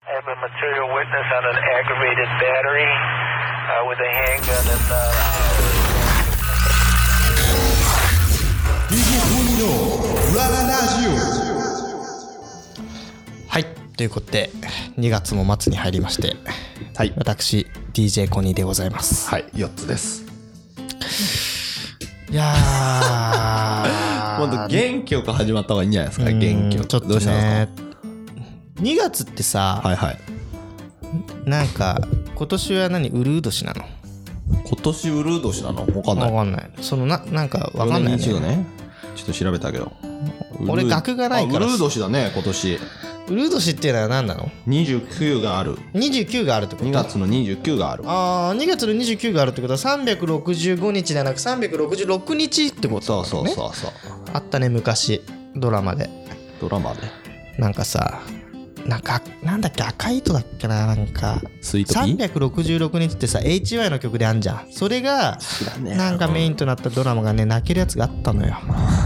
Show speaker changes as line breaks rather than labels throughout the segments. have a material witness on an aggravated battery uh, with a handgun and. Uh,
DJ トミーの裏ラジオ
はいということで2月も末に入りまして
はい
私 DJ コニーでございます
はい4つです
いや ー
今度元気よく始まった方がいいんじゃないですか元気よく
ちょっとね
どうしたんです
2月ってさ、
かはいはい
なんか今年は何ウルー年なの
今年ウルー年なのわかんない
わかんないそのななんかわ
わ
かんない、
一度
ね、
ねちょっと調べたけど
俺
うるう
学がないから
あウルー年だね今年
ウルー年っていうのは何なの
29がある
29があるってこと
2月の29がある
あー2月の29があるってことは365日じゃなく366日ってこ
そ
と
うそう
う
そうそう
あったね昔ドラマで
ドラマで
なんかさなんかなんだっけ赤い糸だっけななんか
スイートピー
366日ってさ HY の曲であんじゃんそれが
らねえ
なんかメインとなったドラマがね泣けるやつがあったのよ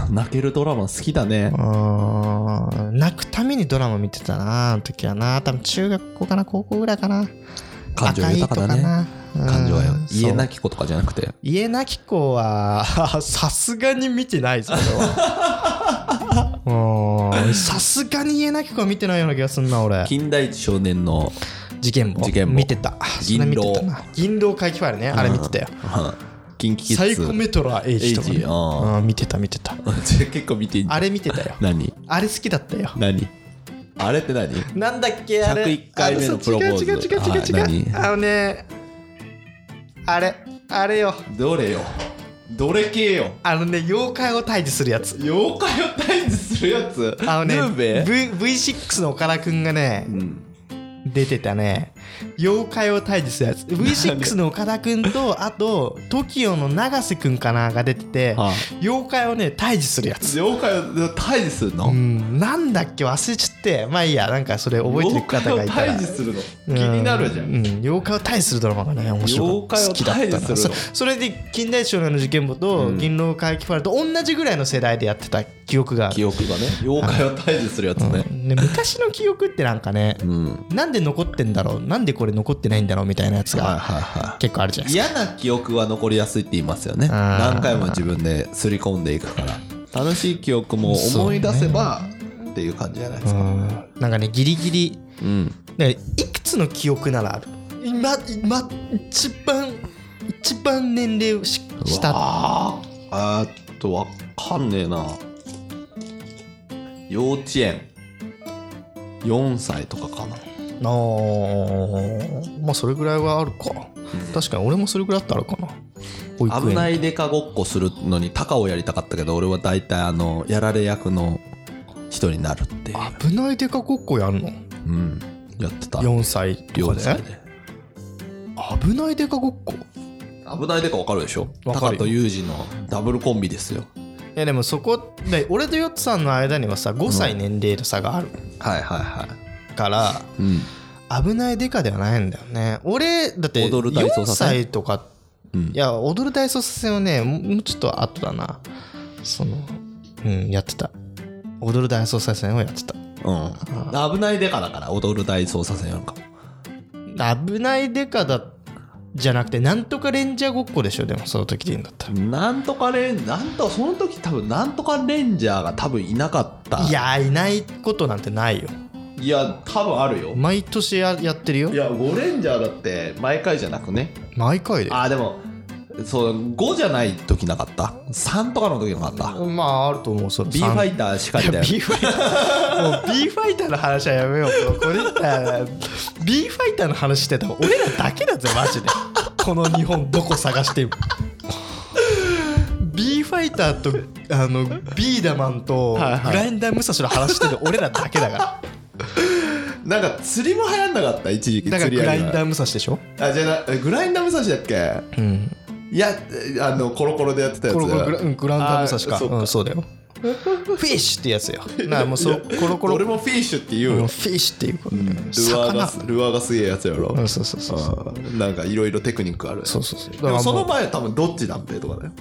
泣けるドラマ好きだね
うーん泣くためにドラマ見てたなあの時はな多分中学校かな高校ぐらいかな
感情豊かだね
赤い糸かな
感情はよ
うん
家
そう
なき子とかじゃなくて
家なき子は さすがに見てないですけ どさすがに家なき子は見てないような気がすんな俺
近代一少年の
事件簿
事件簿
見てたそれ見てたな銀狼回帰ファイルねあれ見てたよ
近畿キ
サイ
ッ
コ
ズ
メトラ H とか、ね
H あ
うん見てた見てた
結構見てんじゃん
あれ見てたよ
何
あれ好きだったよ
何あれって何
なんだっけあれ
101回目のプロポーズ
あのそう違う違う違う違う
はい
違う
何
あのねあれあれよ
どれよどれ系よ
あのね妖怪を退治するやつ
妖怪を退治するやつ
あのね
ヌーベ
v V6 の岡田くんがね
うん
出てたね妖怪を退治するやつ V6 の岡田くんとあと TOKIO の永瀬くんかなが出てて
はあ
妖怪をね退治するやつ
妖怪を退治するの、
うん、なんだっけ忘れちゃってまあいいやなんかそれ覚えてる方がいた
妖
ら
怪を退治するの気
うん
になるじゃん、
うん、妖怪を退治するドラマがね面白かった
妖怪を退治
好きだったな
するの
そそれで近代少年の事件簿と銀狼回帰ファイルと同じぐらいの世代でやってた記憶がある、
記憶がね妖怪を退治するやつね
うんね昔の記憶ってなんかね、
うん、
なんで残ってんだろうなんでこれ残ってないんだろうみたいなやつ
はい
が
はいはい
結構あるじゃないです
嫌な記憶は残りやすいって言いますよね
あー
何回も自分ですり込んでいくから楽しい記憶も思い出せばっていう感じじゃないです
か、
か
うんなんかねギリギリ
うん
ねいくつの記憶ならある今今一番一番年齢をし
う
下
わーあーっとわかんねえな幼稚園4歳とかかな
あーまあそれぐらいはあるか、確かに俺もそれぐらいあったらあるかな保育園
危ないデカごっこするのにタカをやりたかったけど俺は大体あのやられ役の人になるっていう
危ないデカごっこやんの
うんやってた
4歳とか
4歳
ね
で
危ないデカごっこ
危ないでかわかるでしょ
わ
タ
か
カ
るよ
とユージのダブルコンビですよ
いやでもそこで俺とヨッツさんの間にはさ5歳年齢の差がある
はいはいは
から、
い、うん
危ないデカではないんだよね俺だって
踊る大捜査線
4歳とか
うん
いや踊る大捜査線はねもうちょっと後だなそのうんやってた踊る大捜査線をやってた
うん、危ないデカだから踊る大捜査線なんか
危ないデカだじゃなくてなんとかレンジャーごっこでしょでもその時でいいんだったら
なんとかレンなんとその時多分なんとかレンジャーが多分いなかった
いやいないことなんてないよ
いや多分あるよ
毎年ややってるよ
いや5レンジャーだって毎回じゃなくね
毎回で
あーでもそう5じゃない時なかった3とかの時なかった
まああると思うそう
B ファイターしかりだよ
B ファイターもう B ファイターの話はやめようこれあ B ファイターの話してたら俺らだけだぜマジでこの日本どこ探しても B ファイターとあのビーダマンとグ
はいはい
ラインダー武蔵の話してる俺らだけだ から
なんか釣りも流行んなかった一時期
だから
釣り
グラ
上
イ
げ
ン
が
ダー武蔵でしょ
あじゃなグラインダー武蔵だっけ
うん
いやあのコロコロでやってたやつ
コロコログラうんグランダムサシか
あそうか
うん、そうだよフィッシュってやつよだからもうそうコロコロ
俺
うん
もフィッシュって言う
フ
よ、
ィッシュっていうことね
ルアーが
魚
すルアーがすげえやつやろ、
うんそうそうそうそう
うんなんかいろいろテクニックある
そうそうそうだ
で
からも
も
う
その前多分どっちなんてとかだよ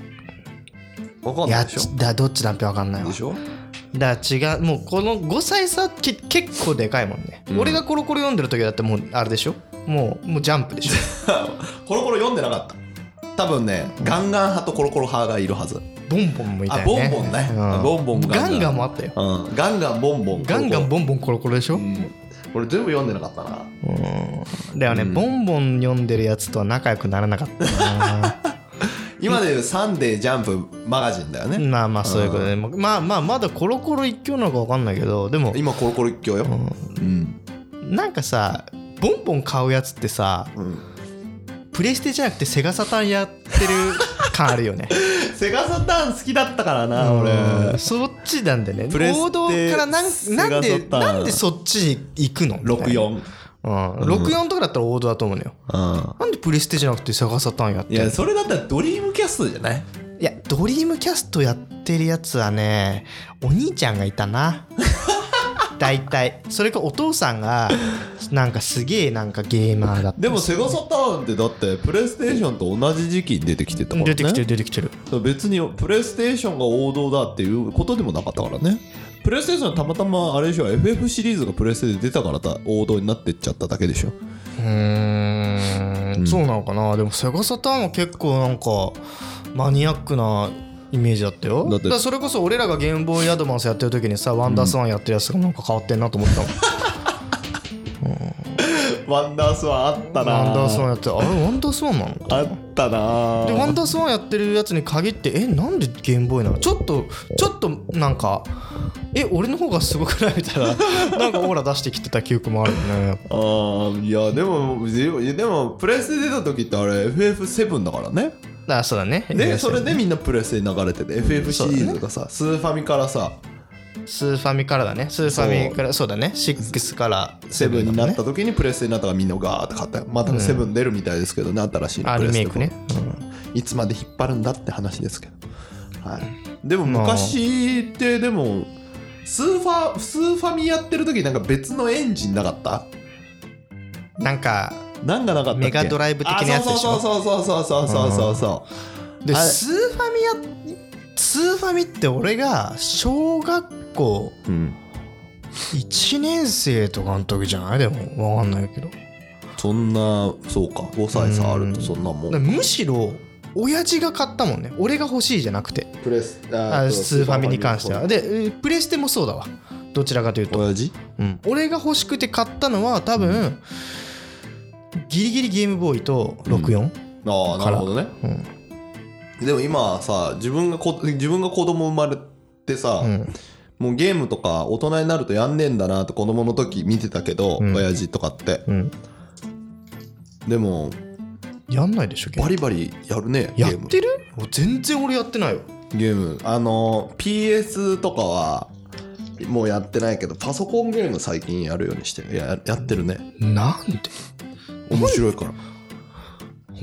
わかん
い
な
や
いでしょ
だどっちなんて分かんないわ
でしょ
だから違うもうこの5歳差き結構でかいもんね、
うん
俺がコロコロ読んでる時だってもうあれでしょもうもうジャンプ でしょ
コロコロ読んでなかった多分ねガンガン派とコロコロ派がいるはず
ボンボンみた
あ
いな、ね、
ボンボンね
うん
ボンボンガンガ
ガ
ン
ンガンもあったよ
うんガンガンボンボン
ガンガンボンボンコロコロでしょ、
ン、うん、俺全部読んでなかったな
うんだよね、
うん
ボンボン読んでるやつとは仲良くならな かったな
今でいう「サンデージャンプ」マガジンだよね
まあまあそういうことで、まあまあまだコロコロ一強なのか分かんないけどでも、
今コロコロ一強ようん
うんなんかさボンボン買うやつってさ
うん
プレステじゃなくてセガサタンやってる感あるよね
セガサターン好きだったからな
うん
俺
そっちなんでね
プレステ
王道からなんなん
セガ
で
サターン
なんでそっちに行くのみたいな
64
うん、64とかだったら王道だと思うのよ
うん
なんでプレステじゃなくてセガサタンやって
い
んの
やそれだったらドリームキャストじゃない
いや、ドリームキャストやってるやつはね、お兄ちゃんがい たな。大体。それかお父さんが、なんかすげえなんかゲーマーだった。
でもセガサターンってだってプレイステーションと同じ時期に出てきてたからね
出てきてる出てきてる。
そう別にプレイステーションが王道だっていうことでもなかったからねプレイステーションはたまたまあれでしょ FF シリーズがプレイステで出たからだ王道になってっちゃっただけでしょ
うーん、そうなのかな。でもセガサターンは結構なんか、マニアックな。イメージだったよ
だ
だ
って
からそれこそ俺らがゲームボーイアドバンスやってる時にさ、ワンダースワンやってるやつがなんか変わってんなと思ったもん
ワンダースワンあったな
ワンダースワンやってあれワンダースワンなのか
あったな
でワンダースワンやってるやつに限ってえなんでゲームボーイなのちょっとちょっとなんかえ俺の方がすごくないみたいななんかオーラ出してきてた記憶もあるよね
あーいやでもででもプレイステ出た時ってあれ FF7 だからね
あそうだ ね
でそれでみんなプレイステに流れてて FF シリーズがさスーファミからさ
スーファミからだねスーファミからそうだね6から
セブンになっ
だ
た時にプレステになったからみんなガーって買ったよまたセブン出るみたいですけどね、新しい
ねあ
プ
リ
レス
メ
テ
イクね、
いつまで引っ張るんだって話ですけど、はい、でも昔ってでもスーファスーファミやってる時なんか別のエンジンなかった
うんなんか
なんかなかったっけ
メガドライブ的なやつでしょ
あそうそうそうそうそうそうそうそう
で
あれ
スーファミやスーファミって俺が小学校
そう、うん、
1年生とかの時じゃないでもわかんないけど
そんなそうか5歳差あるとそんなもん
だからむしろ親父が買ったもんね俺が欲しいじゃなくて
プレス
あ
ー
スーファミに関してはでえープレステもそうだわどちらかというと、
親父
うん俺が欲しくて買ったのは多分、ギリギリゲームボーイと64、
ああなるほどね
うん
でも今さ自分がこ自分が子供生まれてさ、
うん
もうゲームとか大人になるとやんねえんだなって子供の時見てたけど、
うん
親父とかって
うん
でも
やんないでしょゲー
バリ
ム
バリやるねゲ
やっ
ーム
てる全然俺やってないよ
ゲームあの PS とかはもうやってないけどパソコンゲーム最近やるようにしてるややってるね
なんで
面白い から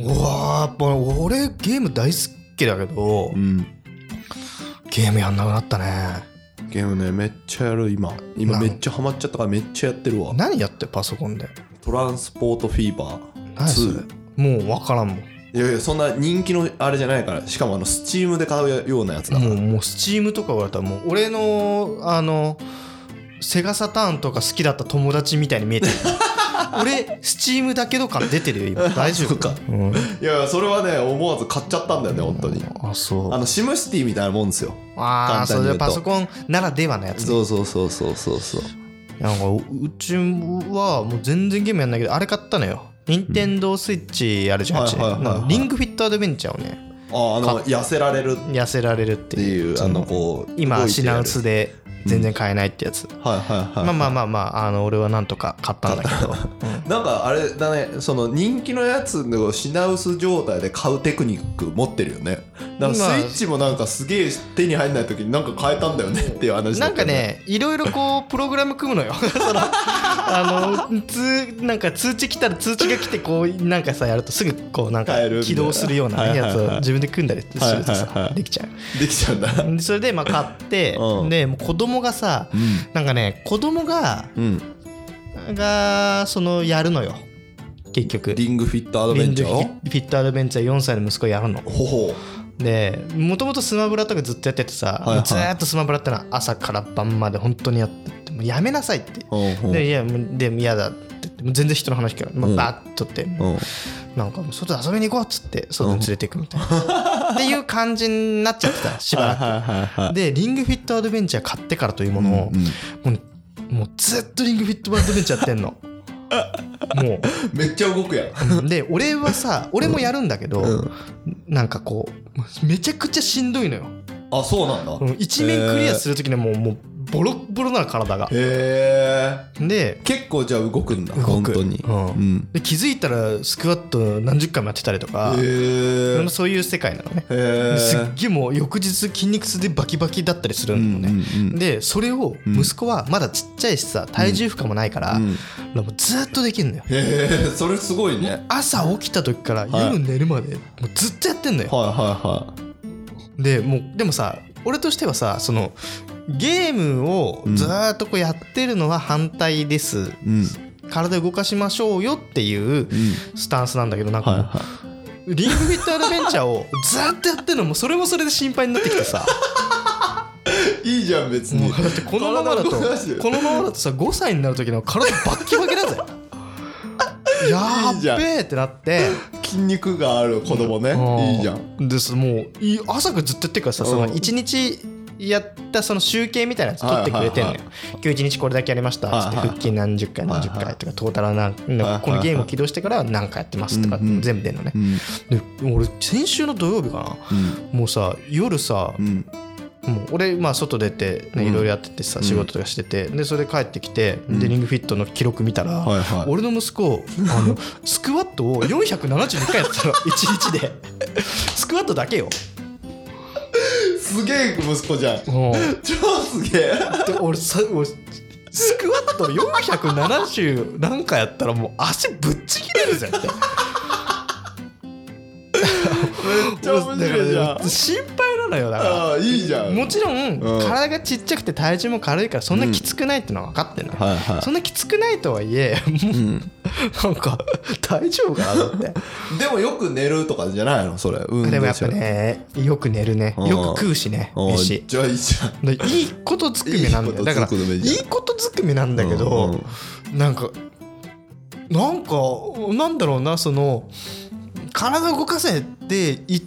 うわーやっぱ俺ゲーム大好きだけど、
うん
ゲームやんなくなったね
ゲームねめっちゃやる今今めっちゃハマっちゃったからめっちゃやってるわ
何やってるパソコンで
トランスポートフィーバー
何それ
2
もう分からんもん
いやいやそんな人気のあれじゃないからしかもあのスチームで買うようなやつだから
もうもうスチームとか言われたらもう俺のあのセガサターンとか好きだった友達みたいに見 えてる俺スチームだけど感出てるよ今大丈夫
そうか
うん
いやそれはね思わず買っちゃったんだよね本当に
あそう
あ
あ
のシムシティみたいなもんですよ
あー
簡単
そ
に
れ
言う
で
と
パソコンならではのやつね
うそうそうそうそうそう
なんかううちはもう全然ゲームやんないけどあれ買ったのよ任天堂スイッチあるじゃん、
は
う
い
ち
はいはいはい
なんかリングフィットアドベンチャーをね
ああの痩せられるっ
痩せられるって
て
いう
いう
そ
あ
の
のこう
今
動いてや
品
る
薄で全然買えないってやつ、
はいはいはい
まあまあまあまああの俺はなんとか買ったんだけ ど、
なんかあれだねその人気のやつを品薄状態で買うテクニック持ってるよねだからスイッチもなんかすげえ手に入んない時になんか変えたんだよねっていう話だ
な
っ
ん
たよ
かねいろいろこうプログラム組むのよ そのあの通なんか通知来たら通知が来てこうなんかさやるとすぐこうなんか
変えるんだ
起動するようなね、
はいはい
や
はい
つを自分で組んだりするとさ、
はいはいはい
できちゃう
できちゃうんだ
でそれでまあ買って、
うん
でもう子供がさ
う
なんかね子供が
んうん
がそのやるのよ結局
リングフィットアドベンチャー
リ
を
ングフィットアドベンチャー4歳の息子やるの
ほほ
でもともとスマブラとかずっとやっててさ、
はいはい
ずーっとスマブラってのは朝から晩まで本当にやっててもうやめなさいって、
うん
でいやもうでも嫌だって言ってもう全然人の話聞から、ま
うん
あ、バーッとって、
うん
なんかもう外遊びに行こうっつって外に連れて行くみたいな、っていう感じになっちゃって たしばらく、
はいはいはいはい
でリングフィットアドベンチャー買ってからというものを、
うん
もうもうずっとリングフィットアドベンチャーやってんのも
めっちゃ動くやん
うで俺はさ俺もやるんだけど、
うん
なんかこうめちゃくちゃしんどいのよ
あそうなんだ
うん一面クリアする時にはもうもうボロッボロなの体が
へえ
で
結構じゃあ動くんだ
動く
本当に
うん
ん
で気づいたらスクワット何十回もやってたりとか
へえ
そういう世界なのね
へえ
すっげえもう翌日筋肉痛でバキバキだったりする
うん
のね、
うんうん
でそれを
うん
息子はまだちっちゃいしさ体重負荷もないから、
うん
でもずっとできるのよ
へえそれすごいねはい
朝起きた時か
は
ら
い
夜寝るまでもうずっとやってんのよ、
は
でもうでもさ俺としてはさそのゲームをずーっとこうやってるのは反対です、
いはいうん
体動かしましょうよっていう
うん
スタンスなんだけどなんか
はい
もう、
は
リングフィットアドベンチャーをずーっとやってるのもそれもそれで心配になってきてさ
いいいじゃん別
も
に
うだってこのままだと
体動かしてる
このままだとさ5歳になる時の体バッキバキだぜや
いいじゃ
ー
ん
っべーってなって
筋肉がある子供ねいいじゃん
んですもうい朝からずっとやってるからさそ
う
の
ん
1日やったその集計みたいなやつ取ってくれてんの
はい
よ
はい
今日1日これだけやりましたっつっ
は
て
いはい
腹筋何十回何十
はいは
回
い
とかトータルは何
はいはい
このゲームを起動してから何回やってますとか
うんうん
全部出んのね
うん
で俺先週の土曜日か
うん
なもうさ夜さ
うん
もう俺まあ外出て
うん
ねいろいろやっててさ
うん
仕事とかしててでそれで帰ってきて
ん
でリングフィットの記録見たら
はいはい
俺の息子あのスクワットを472回やってたの1日 でスクワットだけよ
すげえ息子じゃん
で
超すげえ
俺さ俺スクワット470なんかやったらもう足ぶっちぎれるじ ゃんって
めっちゃ面白いじゃん
だから心配なのよだか
ああいいじゃ
ら
ん
もちろん
うん
体がちっちゃくて体重も軽いからそんなきつくないってのは分かってんのよ
はいは
そんなきつくないとはいえ
い
も
うん
うなんか大丈夫か なと思って
でもよく寝るとかじゃないのそれ運動
でもやっ
した
ぱ
ら
ねよく寝るね
うん
よく食うしね
あ
飯
じゃあいいじゃん
でいいことずくめなんだよだから
いいことずくめ
い
じゃん
いことずくめなんだけど、なんかなんかなんだろうなその体動かせって言っ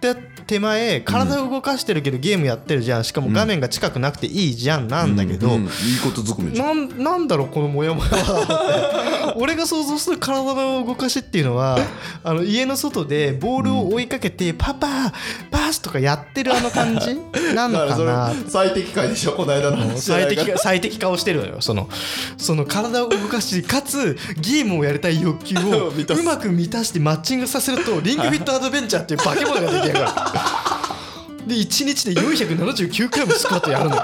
た手前体を動かしてるけどゲームやってるじゃんしかも画面が近くなくていいじゃんなんだけど、
ういいことずくめじゃん
なんなんだろうこのモヤモヤ は俺が想像する体の動かしっていうのはあの家の外でボールを追いかけて「パパパス!」とかやってるあの 感じな
だか
の
ら
か
それ
な
最適解でしょこの間の話じゃな
最
いか
適化最適化をしてるのよそのその体を動かしかつゲームをやりたい欲求 を
満たす
うまく満たしてマッチングさせるとリングフィットアドベンチャーっていう化け物が出来上が るで1日で479回もスクワットやるの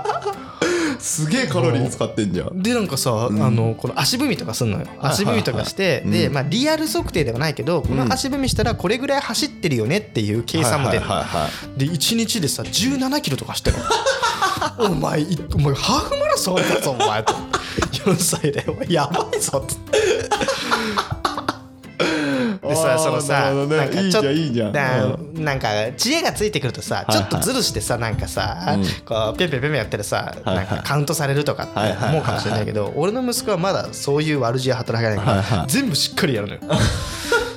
すげえカロリー使ってんじゃん
でなんかさ、あのこの足踏みとかすんのよ足踏みとかして、
いはい
で、
うん
まあ、リアル測定ではないけどこの足踏みしたらこれぐらい走ってるよねっていう計算も出る、
はいはいはいはい
で1日でさ1 7キロとかしてるお前いお前ハーフマラソンだぞお前 と4歳でお前やばいぞってで
あ
さ
ー
そのさ
なるほどね
なんかちょっと
いいじゃんいいじゃん
ななんか知恵がついてくるとさ
い
ちょっとずるしてさなんかさ
うん
こうピョンピョンピョンピョンやってるさ
はい
なんかカウントされるとかって
はいはい
思うかもしれないけど俺の息子はまだそういう悪知恵働かない
はい
か
は
ら
い
全部しっかり やるのよ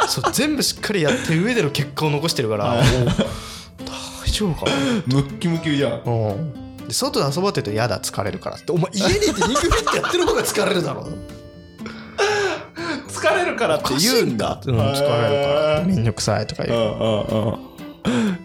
そう全部しっかりやって上での結果を残してるからもう大丈夫かな
ムッキムキじゃん
うんで外で遊ぼうって言うと嫌だ疲れるからってお前家にいてリングフィットやってる方が疲れるだろ
疲れるからって言うんだ
うん、疲れるからめんどくさいとか
う
言う、
んうんうん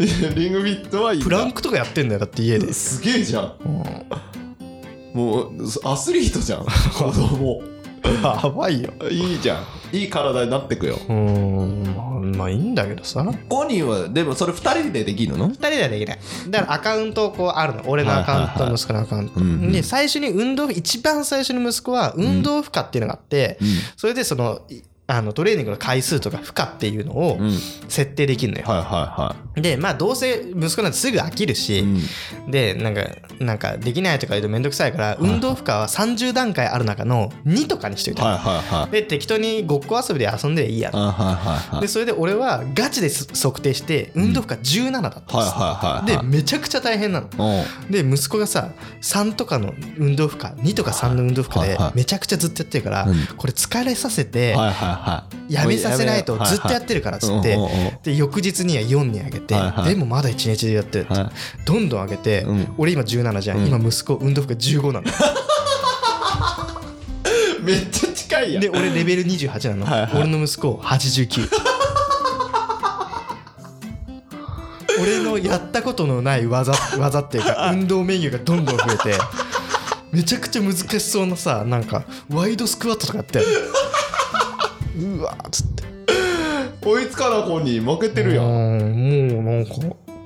いやリングフィットはいいんだ
プランクとかやってんだよだって家で、
すげえじゃん
うん、
もうアスリートじゃん子供
やばいよ
いいじゃんいい体になってくよ
うんまあいいんだけどさ
5人はでもそれ2人でできるの
2人ではできないだからアカウントをこうあるの俺のアカウ
は
ン
いはいは
ト
い
息子のアカウント、
うんうん
で最初に運動一番最初の息子は運動負荷っていうのがあって、それでそのいあのトレーニングの回数とか負荷っていうのを
うんはい
設定できるのよ、
はいは
でまあどうせ息子なんてすぐ飽きるし、
いうん
でなんかなんかできないとか言うと面倒くさいから運動負荷は30段階ある中の2とかにしといたの、
はいはいはい
で適当にごっこ遊びで遊んでいいや
あはいはいはい
でそれで俺はガチです測定して運動負荷17だったんです、
はいはいはい
で
はい
めちゃくちゃ大変なの
うん
で息子がさ3とかの運動負荷2とか3の運動負荷
は
で
いはい
めちゃくちゃずっとやってるから
うん
これ疲れさせて
はいはいはい
やめさせないと
もう
ずっとやってるからっつっ
う
て
んうんうん
で翌日には4に上げて
はいはい
でもまだ1日でやってるって
は
どんどん上げて
うん
俺今17じゃん
うん
今息子運動負荷15なの
いめっちゃ近いやん
で俺レベル28
はい
な
はい
の俺の息子89俺のやったことのない技技ってい うか運動メニューがどんどん増えてめちゃくちゃ難しそうなさなんかワイドスクワットとかやってうわーっつって
追いつかな子に負けてるや
うんんもうなんか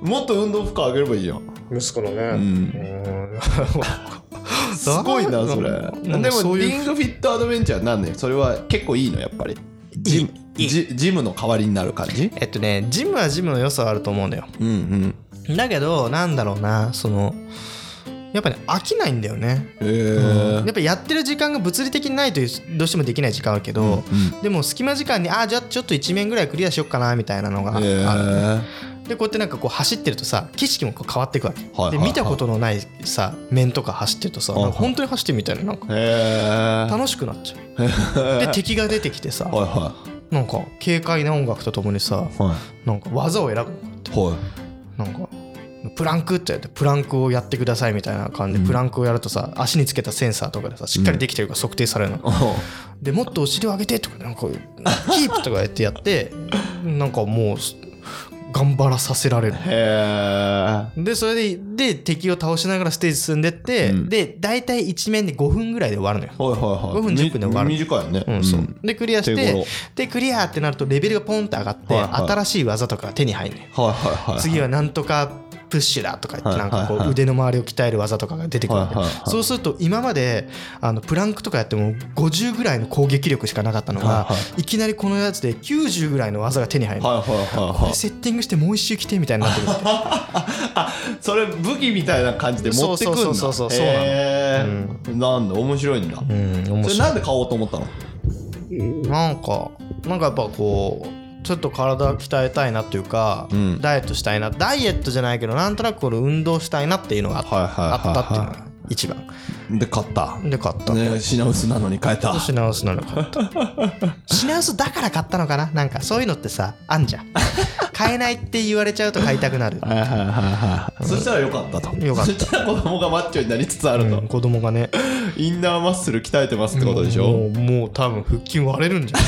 もっと運動負荷上げればいいじゃん
息子のね、うん
すごいなそれ
ん
で
かそ
も
ういう
リングフィットアドベンチャーなんねそれは結構いいのやっぱりジム
いい
ジジムの代わりになる感じ
えっとねジムはジムの良さはあると思うんだよ
うんうん
だけどなんだろうなそのやっぱね飽きないんだよね、
へえ
やっぱやってる時間が物理的にないというどうしてもできない時間あるけど、でも隙間時間にああじゃあちょっと一面ぐらいクリアしよっかなみたいなのがある、
へえ
でこうやってなんかこう走ってるとさ景色もこう変わっていくわけ、
はいはい
で見たことのないさ面とか走ってるとさ、
はいはい
なんか本当に走ってるみたいななんか
へえ
楽しくなっちゃうで敵が出てきてさ
はいは
なんか軽快な音楽とともにさ
いはい
なんか技を選ぶ
はい
なんかプランクってやってプランクをやってくださいみたいな感じで、プランクをやるとさ足につけたセンサーとかでさしっかりできてるか測定されるの、でもっとお尻を上げてとかなんかキープとかやってやってなんかもうす頑張らさせられる
へえ
でそれでで敵を倒しながらステージ進んでって、
うん
で大体一面で5分ぐらいで終わるのよ、
はいはいはい
5分10分で終わる
み短いね
うんそうでクリアし
手
て
頃
でクリアってなるとレベルがポンって上がって、
はいはい
新しい技とかが手に入るのよ
はいはいはい
次はなんとかプッシュだとか言って
はい
なんかこ
はいは
う
い
腕の周りを鍛える技とかが出てくるわけ
はいはいはい
そうすると今まであのプランクとかやっても50ぐらいの攻撃力しかなかったの
は
が
いはい
きなりこのやつで90ぐらいの技が手に入る
はいはいはい はい
セッティングしてもう一周来てみたいになってくるって
それ武器みたいな感じで持ってくんだ
そうそうそうそうそうなの
へーなんだ面白いんだ、
うん面
それ
白
なんで買 おうと思ったの
いなんかなんかやっぱこうちょっと体鍛えたいなっていうか
うん
ダイエットしたいなダイエットじゃないけどなんとなくこれ運動したいなっていうのがあった
はいはいはいはい
あったっていうのが一番
で買った、
で買った
ね、品薄なのに買えた
品薄なの買った 品薄だから買ったのかななんかそういうのってさあんじゃ ん買えないって言われちゃうと買いたくなる、
はいはいはいはいそしたらよかったと
よかった
そしたら子供がマッチョになりつつあ
う
ると、
ん、子供がね
インナーマッスル鍛えてますってことでし
も
ょ
うもう多分腹筋割れるんじゃ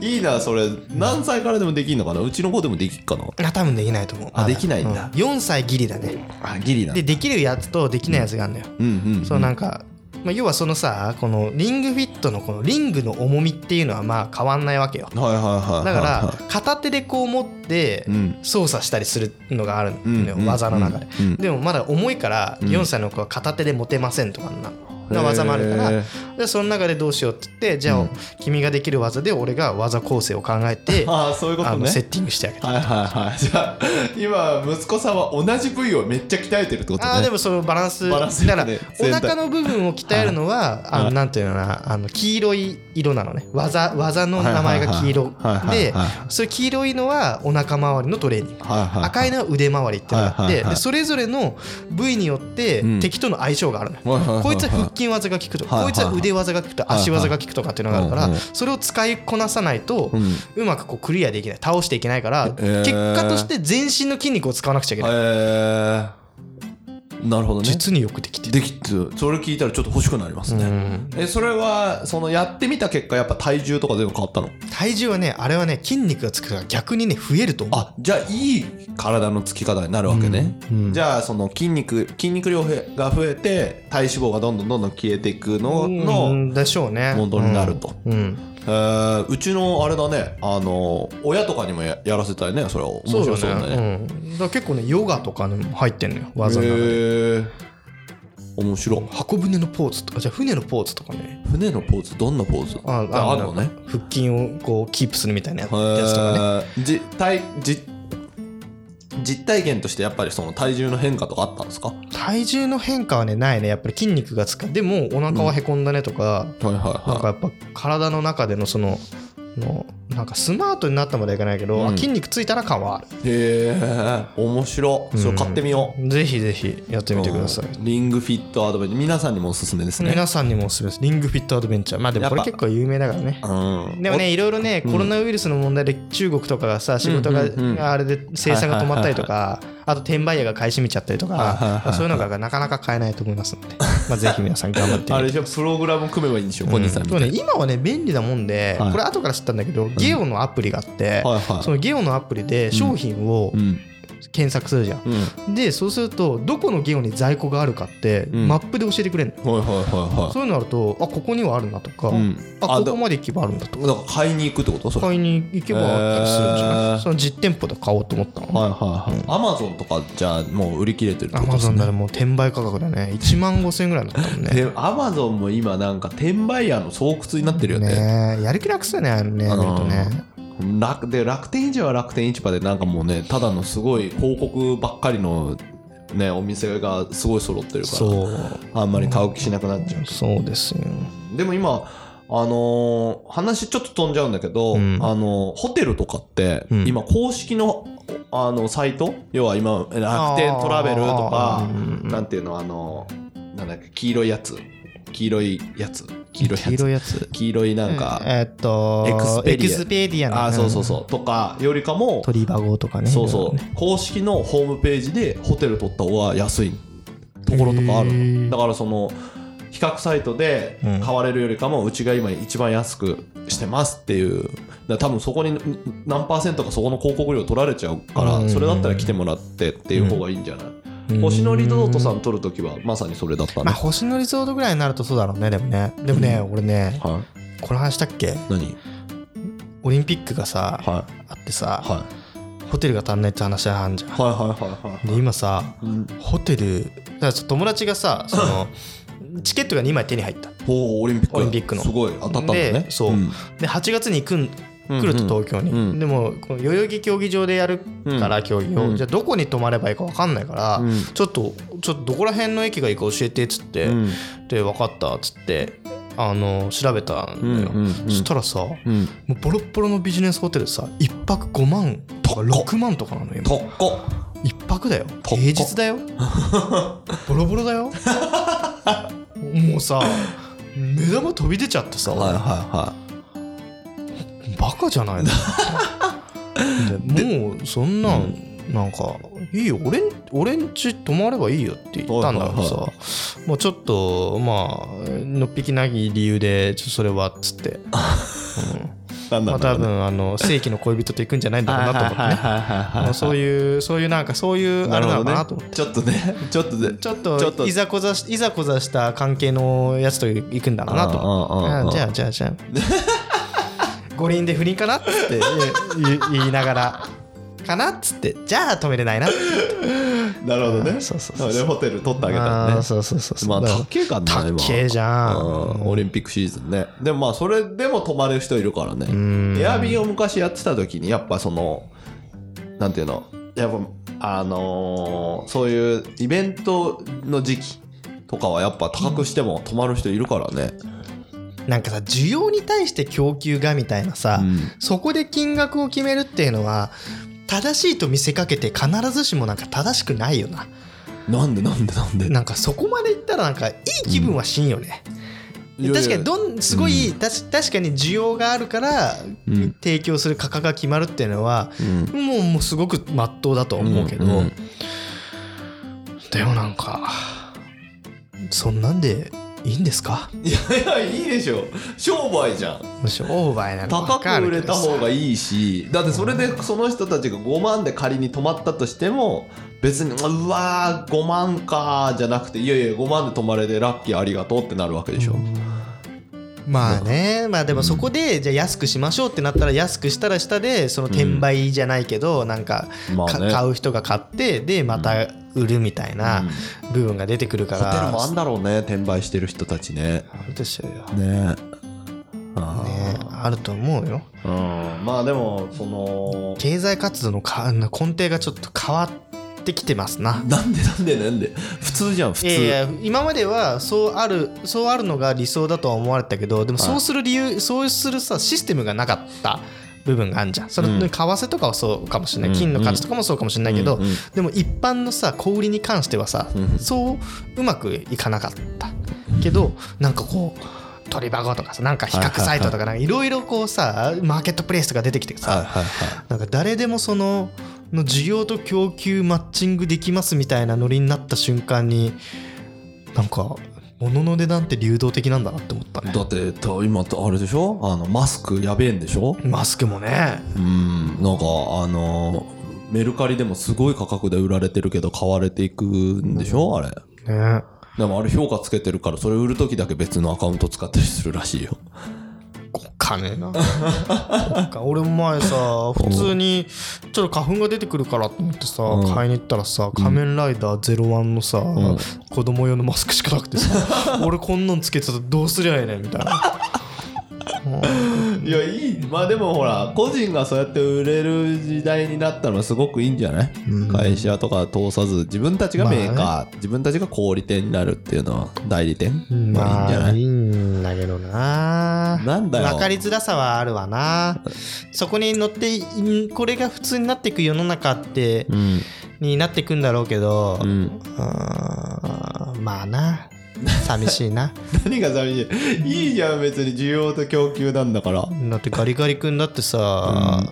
いいなそれ何歳からでもできんのかなうちの子でもできっかな
ない多分できないと思う
あ
まだ
できないんだ
う4歳ギリだね
あギリな
でできるやつとできないやつがあるんだよ、
うんうん、うん、
そうなんか、まあ、要はそのさこのリングフィットのこのリングの重みっていうのはまあ変わんないわけよ
はいはいはい
だ
はい
か
は
ら片手でこう持って
うん
操作したりするのがあるのよ、
うん
技の中で、
うんうん
でもまだ重いから
ん
4歳の子は片手で持てませんとかな
へー
技もあるからでその中でどうしようって言ってじゃあ、
うん
君ができる技で俺が技構成を考えて
ああそういうこと
あの
ね
セッティングしてあげた。
はいはいはいじゃあ今息子さんは同じ部位をめっちゃ鍛えてるってことね
あーでもそのバランス
バランスよく
だから
ね
お腹の部分を鍛えるのはあ
は
の
い
なんていうのかなあの黄色い色なのね技技の名前が黄色
はいはいはい
で
はいはい
それ黄色いのはお腹周りのトレーニング
はいはい
赤いのは腕回りっていうのがあ
はい
っ
は
て
いはい
でそれぞれの部位によって
うん
敵との相性があるの
は
よ
いはいはいはい
こいつは腹筋技が効くと
はい
こ
はいいはい
つは腕技が効くと
はいはい
足技が効くとかっていうのがあるか
う
ら
んうん
それを使いこなさないと
うん
うまくこうクリアできない倒していけないから
えー
結果として全身の筋肉を使わなくちゃいけない
えー、なるほどね
実によくできてる
できてそれ聞いたらちょっと欲しくなります
う
ね、
ん
えそれはそのやってみた結果やっぱ体重とか全部変わったの
体重はねあれはね筋肉がつくから逆にね増えると思う
あじゃあいい体のつき方になるわけね、
うんうん
じゃあその筋肉筋肉量が増えて体脂肪がどんどんどんどん消えていくのの、
うんでしょうね
ものになると
うんうん
えーうちのあれだねあの親とかにもややらせたいねそれを面
そ
白そううだ
だ
ね
ねうんだから結構ねヨガとかにも入ってんのよ技の中で
へー面白い
箱舟のポーズとかじゃあ船のポーズとかね
船のポーズどんなポーズ
あ
ああるの
なん
ね
か腹筋をこうキープするみたいなやつ
へ
やつとかね
ーじ体じ実体験としてやっぱりその体重の変化とかあったんですかは
体重の変化はねないねやっぱり筋肉がつかでもお腹はへこんだねとか、
いはい
なんか
は
やっぱ体の中でのそののなんかスマートになったまではいかないけど、
うん
あ筋肉ついたら感はあ
いへえ面白いそれ買ってみよう
るぜひぜひやってみてください、
うんリングフィットアドベンチ皆さんにもおすすめですね
皆さんにもおすすめですリングフィットアドベンチャーまあでもこれ
やっぱ
結構有名だからね
うん
でもねいろいろねコロナウイルスの問題で中国とかがさ仕事が
うんうんうん
あれで生産が止まったりとかあと転売屋が買い占めちゃったりと
はいはいはいは
か
い
そういうのがなかなか買えないと思います のでまあぜひ皆さん頑張って
あ
み
れ
て。
じゃプログラム組めばいいんでしょ小西さんみ
で
た
も
い
ね今はね便利なもんで、
はい
これ後から知ったんだけどゲオのアプリがあって、
はいはい
そのゲオのアプリで商品を
うん
検索するじゃん、
うん
でそうするとどこのゲオに在庫があるかって、
うん
マップで教えてくれるの
はいはいは
そういうのあるとあここにはあるなとか、
うん
あ
あ
こ
で
こまで行けばあるんだとか
いだから買いに行くってことそれ
買いに行けばあったりするんじゃない、
へー
その実店舗で買おうと思ったの
はいはいはい。アマゾンとかじゃあもう売り切れてるって
ア
こと
マ
です
ゾンな
ね。
らもう転売価格だね1万5000円ぐらいだったもんね
で、アマゾンも今なんか転売屋の巣窟になってるよね。
ねえやる気なくすよねあのね見
う
る
ん
とね
楽で楽天市場は楽天市場でなんかもうねただのすごい広告ばっかりのねお店がすごい揃ってるから
そう
あんまり買う気しなくなっちゃう
そうですよ
でも今あのー話ちょっと飛んじゃうんだけど、
うん
あのーホテルとかって、
うん
今公式のあのサイト要は今楽天トラベルと
あ
か
ーうんうんうん
なんていうのあのーなんだっけ黄色いやつ黄色いやつ黄色い
黄
や
色
つ
いやつ
黄色いなんか、
えーっと
エクス
スペディアの
あーそうそうそうとかよりかも
トリバゴとかね
そう
いろ
そ
いろね
う公式のホームページでホテル取った方が安いところとかあるの
へー
だからその比較サイトで
うん
買われるよりかもうちが今一番安くしてますっていうだから多分そこにん何パーセントかそこの広告料取られちゃうか
うんうん
ら
うん
それだったら来てもらってっていう方がいいんじゃない
うん
星野リゾートさん取るときはまさにそれだった
ま
ね
あ星野リゾートぐらいになるとそうだろうねでもねでもね俺ね
はい
この話したっけ
何
オリンピックがさ
は
あって
い
さ
は
ホテルが足んないって話あんじゃん
いはいはいはいはい
で今さ
うん
ホテルだからちょっと友達がさそのチケットが2枚手に入った
おーオリンピック
オリンピックの
すごい当たったんだね
でそうで8月に来ん来ると東京に、
うん
でもこの代々木競技場でやるから競技を、
うん
じゃあどこに泊まればいいか分かんないから、
うん
ちょっとちょっとどこら辺の駅がいいか教えてっつって、
うん
で分かったっつってあの調べたんだよ、
うんうんうん
そしたらさも
うんうん
うボロッボロのビジネスホテルさ1泊5万とか6万とかなの今
とっこ
一泊だよ
高
平
っ
日だよボロボロだよもうさ目玉飛び出ちゃってさ、
はいはいは
バカじゃな いのでもうそんなん、なんかいいよ俺ん俺んち泊まればいいよって言ったんだけどさ、
はいは
もうちょっとまあのっぴきなき理由でちょっとそれはっつって、う
い。
ん
なん
まあ、多
ね。
分あの正規の恋人と行くんじゃないんだろうなと思ってねま
は
あそう
う
いうそういうなんかそういうあれなのかなと思って。
ちょっとね、 ちょっとね、
ちょっ
ちょっ
と
と
いざこざしいざこざした関係のやつと行くんだろうなと
うんうんうんうん
あじゃあじゃあじ ゃあ五輪で不倫かなっつってい言い言いながらかなっつってじゃあ止めれないなって
なるほどね。
そうそうそう
なのでホテル取ってあげたの
あー
ね。
そうそうそうそう
まあ、
だか
た
ら
っけえかんな、今。
高えじゃん
うんオリンピックシーズンね。でもまあ、それでも泊まれる人いるからね。エアビーを昔やってた時に、やっぱその、なんていうの、やっぱ、あのー、そういうイベントの時期とかはやっぱ高くしても泊まる人いるからね。
なんかさ需要に対して供給がみたいなさ、
うん
そこで金額を決めるっていうのは正しいと見せかけて必ずしもなんか正しくないよな
なんでなんでなんで
なんかそこまでいったらなんかいい気分はしんよね、
いやいや
確かにどんすごい、たし確かに需要があるから、
うん
提供する価格が決まるっていうのは、もうもうすごくまっとうだとは思うけど、
うんうん
でもなんかそんなんでいいんですか
いやいやいいでしょ商売じゃん
商売なの
高く売れた方が
い
いいしだってそれでその人たちが5万で仮に泊まったとしても別にうわー5万かーじゃなくていやいや5万で泊まれてラッキーありがとうってなるわけでしょ、
まあねまあでもそこでじゃあ安くしましょうってなったら安くしたら下でその転売じゃないけど、なんか
まあ
か
ね
買う人が買ってでまた売るみたいな部分が出てくるか
ホテル
ら、
もあんだろうね転売してる人たちね
あるでしょうよ、ね、
ねあ
あると思うよ
ーうんまあでもその
経済活動のか根底がちょっと変わってきてますな
なんでなんでなんで普通じゃん普通
いやいや今まではそうあるそうあるのが理想だとは思われてたけどでもそうする理由、そうするさシステムがなかった部分があるじゃんそれ、
うん
為替とかはそうかもしれない、
うん
金の価値とかもそうかもしれないけど、
うんうん
でも一般のさ小売りに関してはさ、
うん
そううまくいかなかったけどなんかこう鳥箱とかさなんか比較サイトとかなんかいろいろこうさマーケットプレイスとか出てきてさ、
はいはいは
なんか誰でもそのの需要と供給マッチングできますみたいなノリになった瞬間になんか物の値段って流動的なんだなって思ったね
いだってた今ってあれでしょあのマスクやべえんでしょ
マスクもね
うんなんかあのメルカリでもすごい価格で売られてるけど買われていくんでしょあれ
ね
でもあれ評価つけてるからそれ売る時だけ別のアカウント使ったりするらしいよ
お金なお金俺も 前さ普通にちょっと花粉が出てくるからと思ってさ、
うん
買いに行ったらさ「仮面ライダー01」のさ、
ん
子供用のマスクしかなく てさ俺こんなんつけてたらどうすりゃええねんみたいな
いやいいまあでもほら個人がそうやって売れる時代になったのはすごくいいんじゃない、会社とか通さず自分たちがメーカー、
ま
自分たちが小売店になるっていうのは代理店、まあいいんじゃ
ま
な
あ
い
いいんだけどな
なんだよ
分かりづらさはあるわなそこに乗っていこれが普通になっていく世の中って、
うん
になっていくんだろうけど、
う
うんーんまあな寂し いな
何が寂しいいいじゃん別に需要と供給なんだから
だってガリガリ君だってさ、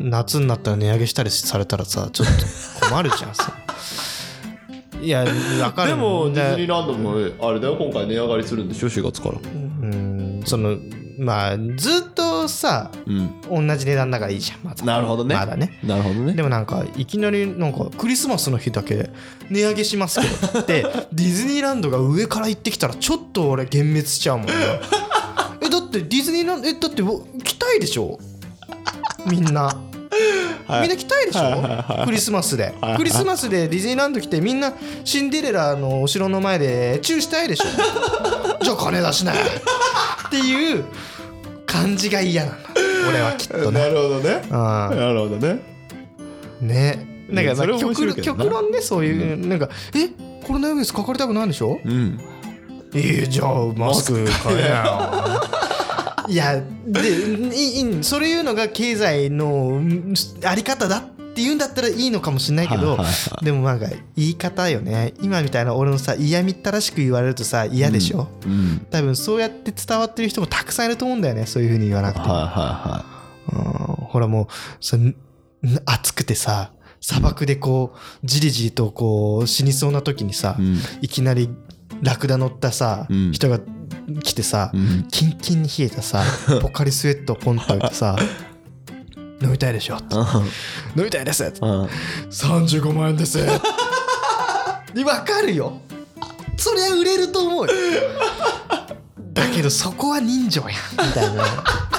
夏になったら値上げしたりされたらさちょっと困るじゃ んさいや分かる
でもディズニ
ね
ーランドもあれだよ今回値上がりするんでしょ4月から
うんそのまあずっとさ
うん
同じ値段だからいいじゃんまだ
なるほどね
まだね
なるほどね
でもなんかいきなりなんかクリスマスの日だけ値上げしますけどって ディズニーランドが上から行ってきたらちょっと俺幻滅しちゃうもんなえだってディズニーランドえだってお来たいでしょみんな、みんな来たいでしょ、クリスマスで、クリスマスでディズニーランド来てみんなシンデレラのお城の前でチューした いでしょじゃあ金出しなよっていう感じが嫌なの俺はきっとね
るほどね
うん
るほどね
ねなんかま
それ
あ
は面白いけ
極
どな
極論ねそういう、なんかえコロナウイルスかかりたくないんでしょ
うん
いいじゃあマスク買えなよ いやでいいいそういうのが経済のうんあり方だって言うんだったらいいのかもしれないけど、
はいはいは
でもなんか言い方よね今みたいな俺のさ嫌みったらしく言われるとさ嫌でしょ、
うん
多分そうやって伝わってる人もたくさんいると思うんだよねそういうふうに言わなくて
は
も
いは
うんほらもうそん暑くてさ砂漠でこうじりじりとこう死にそうな時にさ、
いはいうん
いきなりラクダ乗ったさ、
うん
人が来てさ、
うん
キンキンに冷えた さポカリスエットをポンと置いてさ飲みたいでしょ飲みたいです
うん
35万円です わかるよそりゃ売れると思うよ だけどそこは人情やんみたいな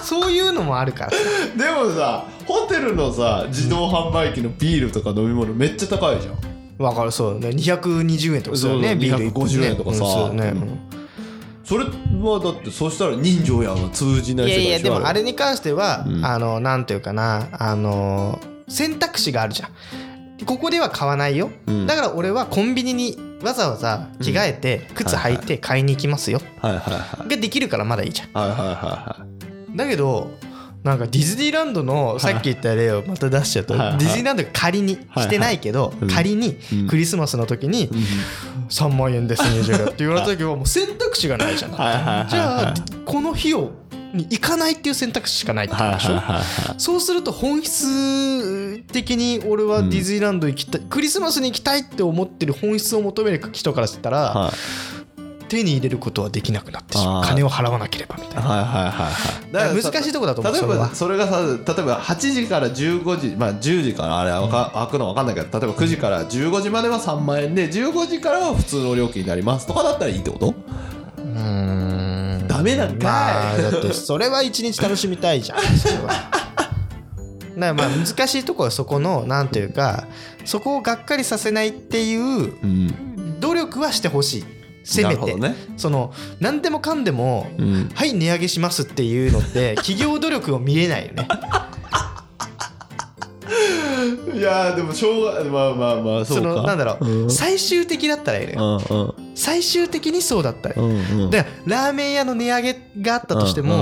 そういうのもあるからさ
でもさホテルのさ自動販売機のビールとか飲み物めっちゃ高いじゃん
わかるそうだね220円とかそ
そう
うだね
そう
ビール
250円とかさ
うんそうだね
それはだってそしたら人情やんは通じないい世
や
界
いやで
しょ
もあれに関しては、
うん
あのなんていうかなあの選択肢があるじゃんここでは買わないよ、
うん
だから俺はコンビニにわざわざ着替えて靴履いて買いに行きますよ、
はいはいは
ができるからまだいいじゃん
いはいはいはいはい
だけどなんかディズニーランドのさっき言った例をまた出しちゃうと、
はいはい
ディズニーランドが仮にしてないけど、
うん
仮に
うん
クリスマスの時に3万円です20円って言われた時はもう選択肢がないじゃん
はいはいはいはい
じゃあこの費用に行かないっていう選択肢しかないってことでし
は
ょ、
いはいはい
そうすると本質的に俺はディズニーランド行きたい、クリスマスに行きたいって思ってる本質を求める人からしたら、
はい
手に入れることはできなくなってし
あ
まう
ー
金を払わなければみたいな
はいはいはいはい
だから難しいとこだと思う
例え
それ
ば
は
それがさ例えば8時から15時まあ10時からあれわか開くのわかんないけど例えば9時から15時までは3万円で15時からは普通の料金になりますとかだったらいいってこと
うーん
ダメなんかい
まあだってそれは一日楽しみたいじゃんそれはだからまあ難しいところはそこのなんていうかそこをがっかりさせないっていう
うん
努力はしてほしいせめ
なる
て、
ほどね
その何でもかんでも、
うん
はい値上げしますっていうのって 企業努力を見れないよね
いやーでもしょうがまあまあまあそうか
のなんだろう、
うん
最終的だったらいいのよ、
う
最終的にそうだったらいい、
んうんうん
だからラーメン屋の値上げがあったとして
うんう
も
ん、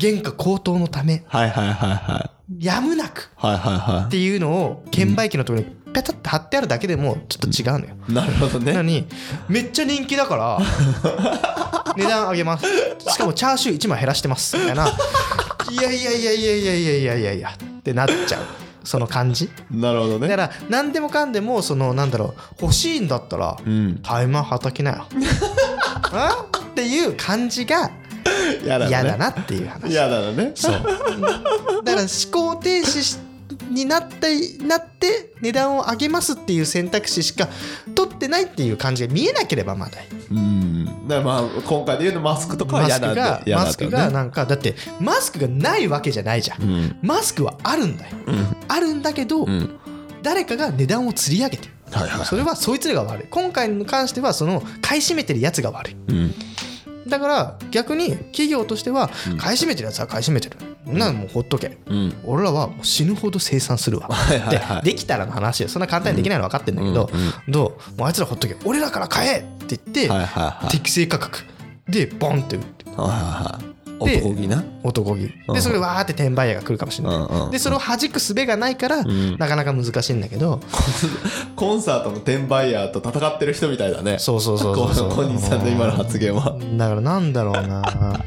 原価高騰のため
はいはいはいはい
やむなく
はいはいは
っていうのを券売機のところにペタッと貼ってあるだけでもちょっと違うのよ、
いなるほど
なの
ね
にめっちゃ人気だから 値段上げますしかもチャーシュー1枚減らしてますみたいないやいやいやいやいやいやいやいやいやってなっちゃうその感じ
なるほど
だか
ね
ら何でもかんでもそのなんだろう欲しいんだったら
うん
タイマーはたき なよあっていう感じが
やだね
嫌だなっていう話
やだね
そうだから思考停止しになってなって値段を上げますっていう選択肢しか取ってないっていう感じが見えなければまだいい
うんだからまあ今回で言うとマスクとかは
マ
嫌
ス
だ
クが
ね
マスクがなんかだってマスクがないわけじゃないじゃん、
うん
マスクはあるんだよ、
ん
あるんだけど、
ん
誰かが値段を釣り上げてる
はいはい
それはそいつらが悪い今回に関してはその買い占めてるやつが悪い
うん
だから逆に企業としては買い占めてるやつは買い占めてる、そん、なのもうほっとけ、
うん
俺らはもう死ぬほど生産するわ
はいはいはい
でできたらの話よそんな簡単にできないの分かってんだけど、
うんうん
どうもうあいつらほっとけ俺らから買えって言って、
はいはいはい
適正価格でボンって売って
はいはいはい
で
男気な
男気
うん
でそれわーって転売屋が来るかもしれない、
うんうん
でそれを弾く術がないから、
ん
なかなか難しいんだけど、
コンサートの転売ヤーと戦ってる人みたいだね
そうそうそうそうそう
こコニーさんの今の発言は
だからなんだろうな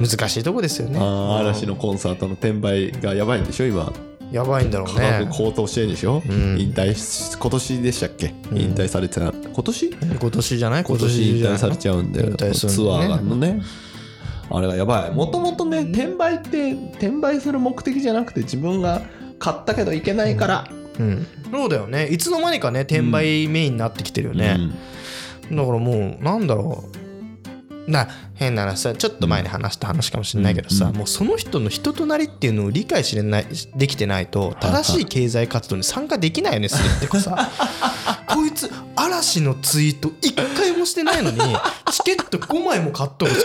難しいとこですよね
あー嵐のコンサートの転売がやばいんでしょ今
やばいんだろう
価
ね
格高騰してるんでしょ、
ん
引退し今年でしたっけ、引退されてた今年
今年じゃない
今年引
じゃ
退
ない
されちゃうんだよ
引退するんだ
ツ
よ
ア
ね
ーがのねあれがやばいもともとね転売って転売する目的じゃなくて自分が買ったけどいけないから、
うん、そうだよねいつの間にかね転売メインになってきてるよね、だからもうなんだろうな変な話さちょっと前に話した話かもしれないけどさ、
うん
もうその人の人となりっていうのを理解しれないできてないと正しい経済活動に参加できないよねするってか さこいつ嵐のツイート1回もしてないのにチケット5枚も買っとるぞ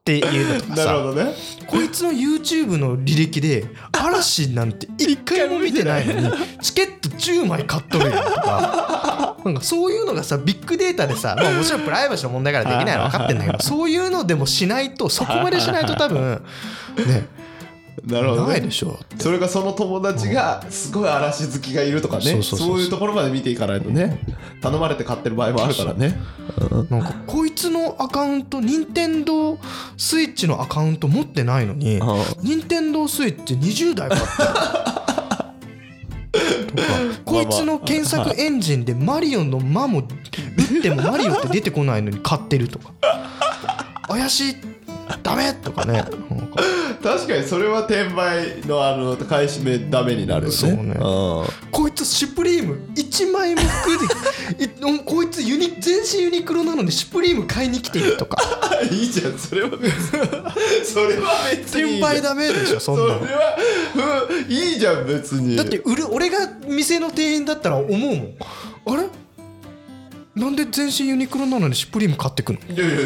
っていうのと
うん
か
なる
さ
ほどね
こいつの YouTube の履歴で嵐なんて1回も見てないのに チケット10枚買っとるやんとかなんかそういうのがさビッグデータでさ、まあ、もちろんプライバシーの問題からできないの分かって んだけどそういうのでもしないとそこまでしないと多分ね
なるほど
ない
ね
でしょ
それがその友達がすごい嵐好きがいるとかね、
そうそうそうそ
そうういうところまで見ていかないとね頼まれて買ってる場合もあるからね
なんかこいつのアカウント任天堂スイッチのアカウント持ってないのに任天堂スイッチ20台買ったよとかこいつの検索エンジンでマリオの「マ」も打ってもマリオって出てこないのに買ってるとか怪しいダメとかねなんか
確かにそれは転売のあの買い占めダメになるよね
そうね
ん
こいつシュプリーム1枚も服でいこいつユニ全身ユニクロなのにシュプリーム買いに来てると か
いいじゃんそれは 別にそれは別にいい
転
じゃん
売ダメでしょそん
そ
な
れ
の。
は、うん、いいじゃん別に
だって売る俺が店の店員だったら思うもんあれなんで全身ユニクロなのにシュプリーム買ってくの
いやいや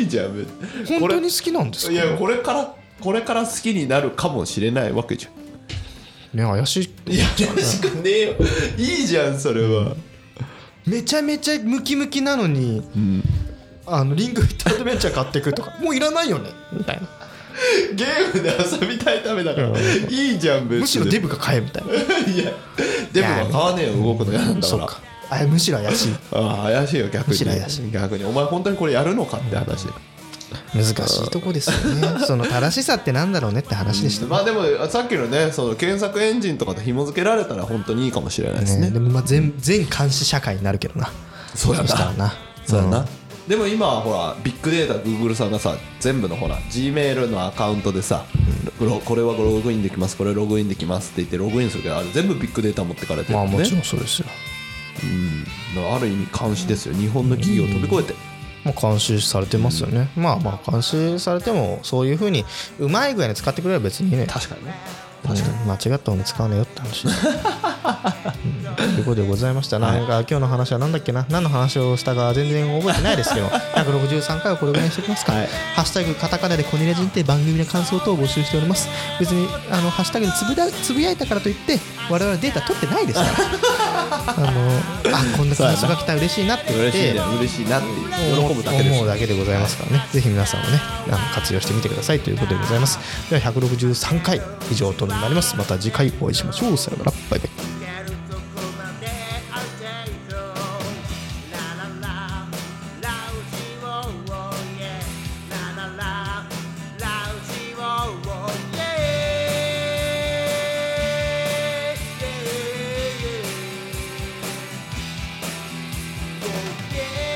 いいじゃん別に
本
これ
当に好きなんですか
いやこれからこれから好きになるかもしれないわけじゃん
ね怪しい
いや確かねえよいいじゃんそれは
めちゃめちゃムキムキなのに、あのリングフィットアドベンチャー買ってくと かもういらないよねみたいな
ゲームで遊びたいためだからいいじゃん別に
むしろデブが買えみたいない
やデブは買わねえよ動くの嫌なんだか
そう
ら
かあむしろ怪しい
ああ怪しいよ逆
むしろ怪し
に逆にお前本当にこれやるのかって話
難しいとこですよ ねその正しさってなんだろうねって話でしたね
まあでもさっきのねその検索エンジンとかと紐付けられたら本当にいいかもしれないですね
でもまあ全全監視社会になるけどな
そうやな
したらな
そうや
ん
なでも今はほらビッグデータ Google さんがさ全部のほら Gmail のアカウントでさロこれはログインできますこれログインできますって言ってログインするけどあれ全部ビッグデータ持ってかれて
ま
る
あ
ん
も
で
ち
す
ろ
ね
んそうですよ
ある意味監視ですよ日本の企業を飛び越えて
まあ、監視されてますよね、まあまあ監視されてもそういうふうにうまい具合に使ってくれれば別にね
確かにね確かに
うん間違ったお金使わねえよって 話、うんということでございましたなんか今日の話は何だっけな何の話をしたか全然覚えてないですけど 163回はこれぐらいにしておきますか、
はい
ハッシュタグカタカナでコニラジンって番組の感想等を募集しております別にあのハッシュタグでつぶだつぶやいたからといって我々データ取ってないですから あのあこんな感想が来たら嬉しいなって言っ
嬉していな嬉しいなっていう喜ぶだけです
思うだけでございますからね、ぜひ皆さんもねあの活用してみてくださいということでございますでは163回以上となりますまた次回お会いしましょうさようならバイバイ
「Yeah.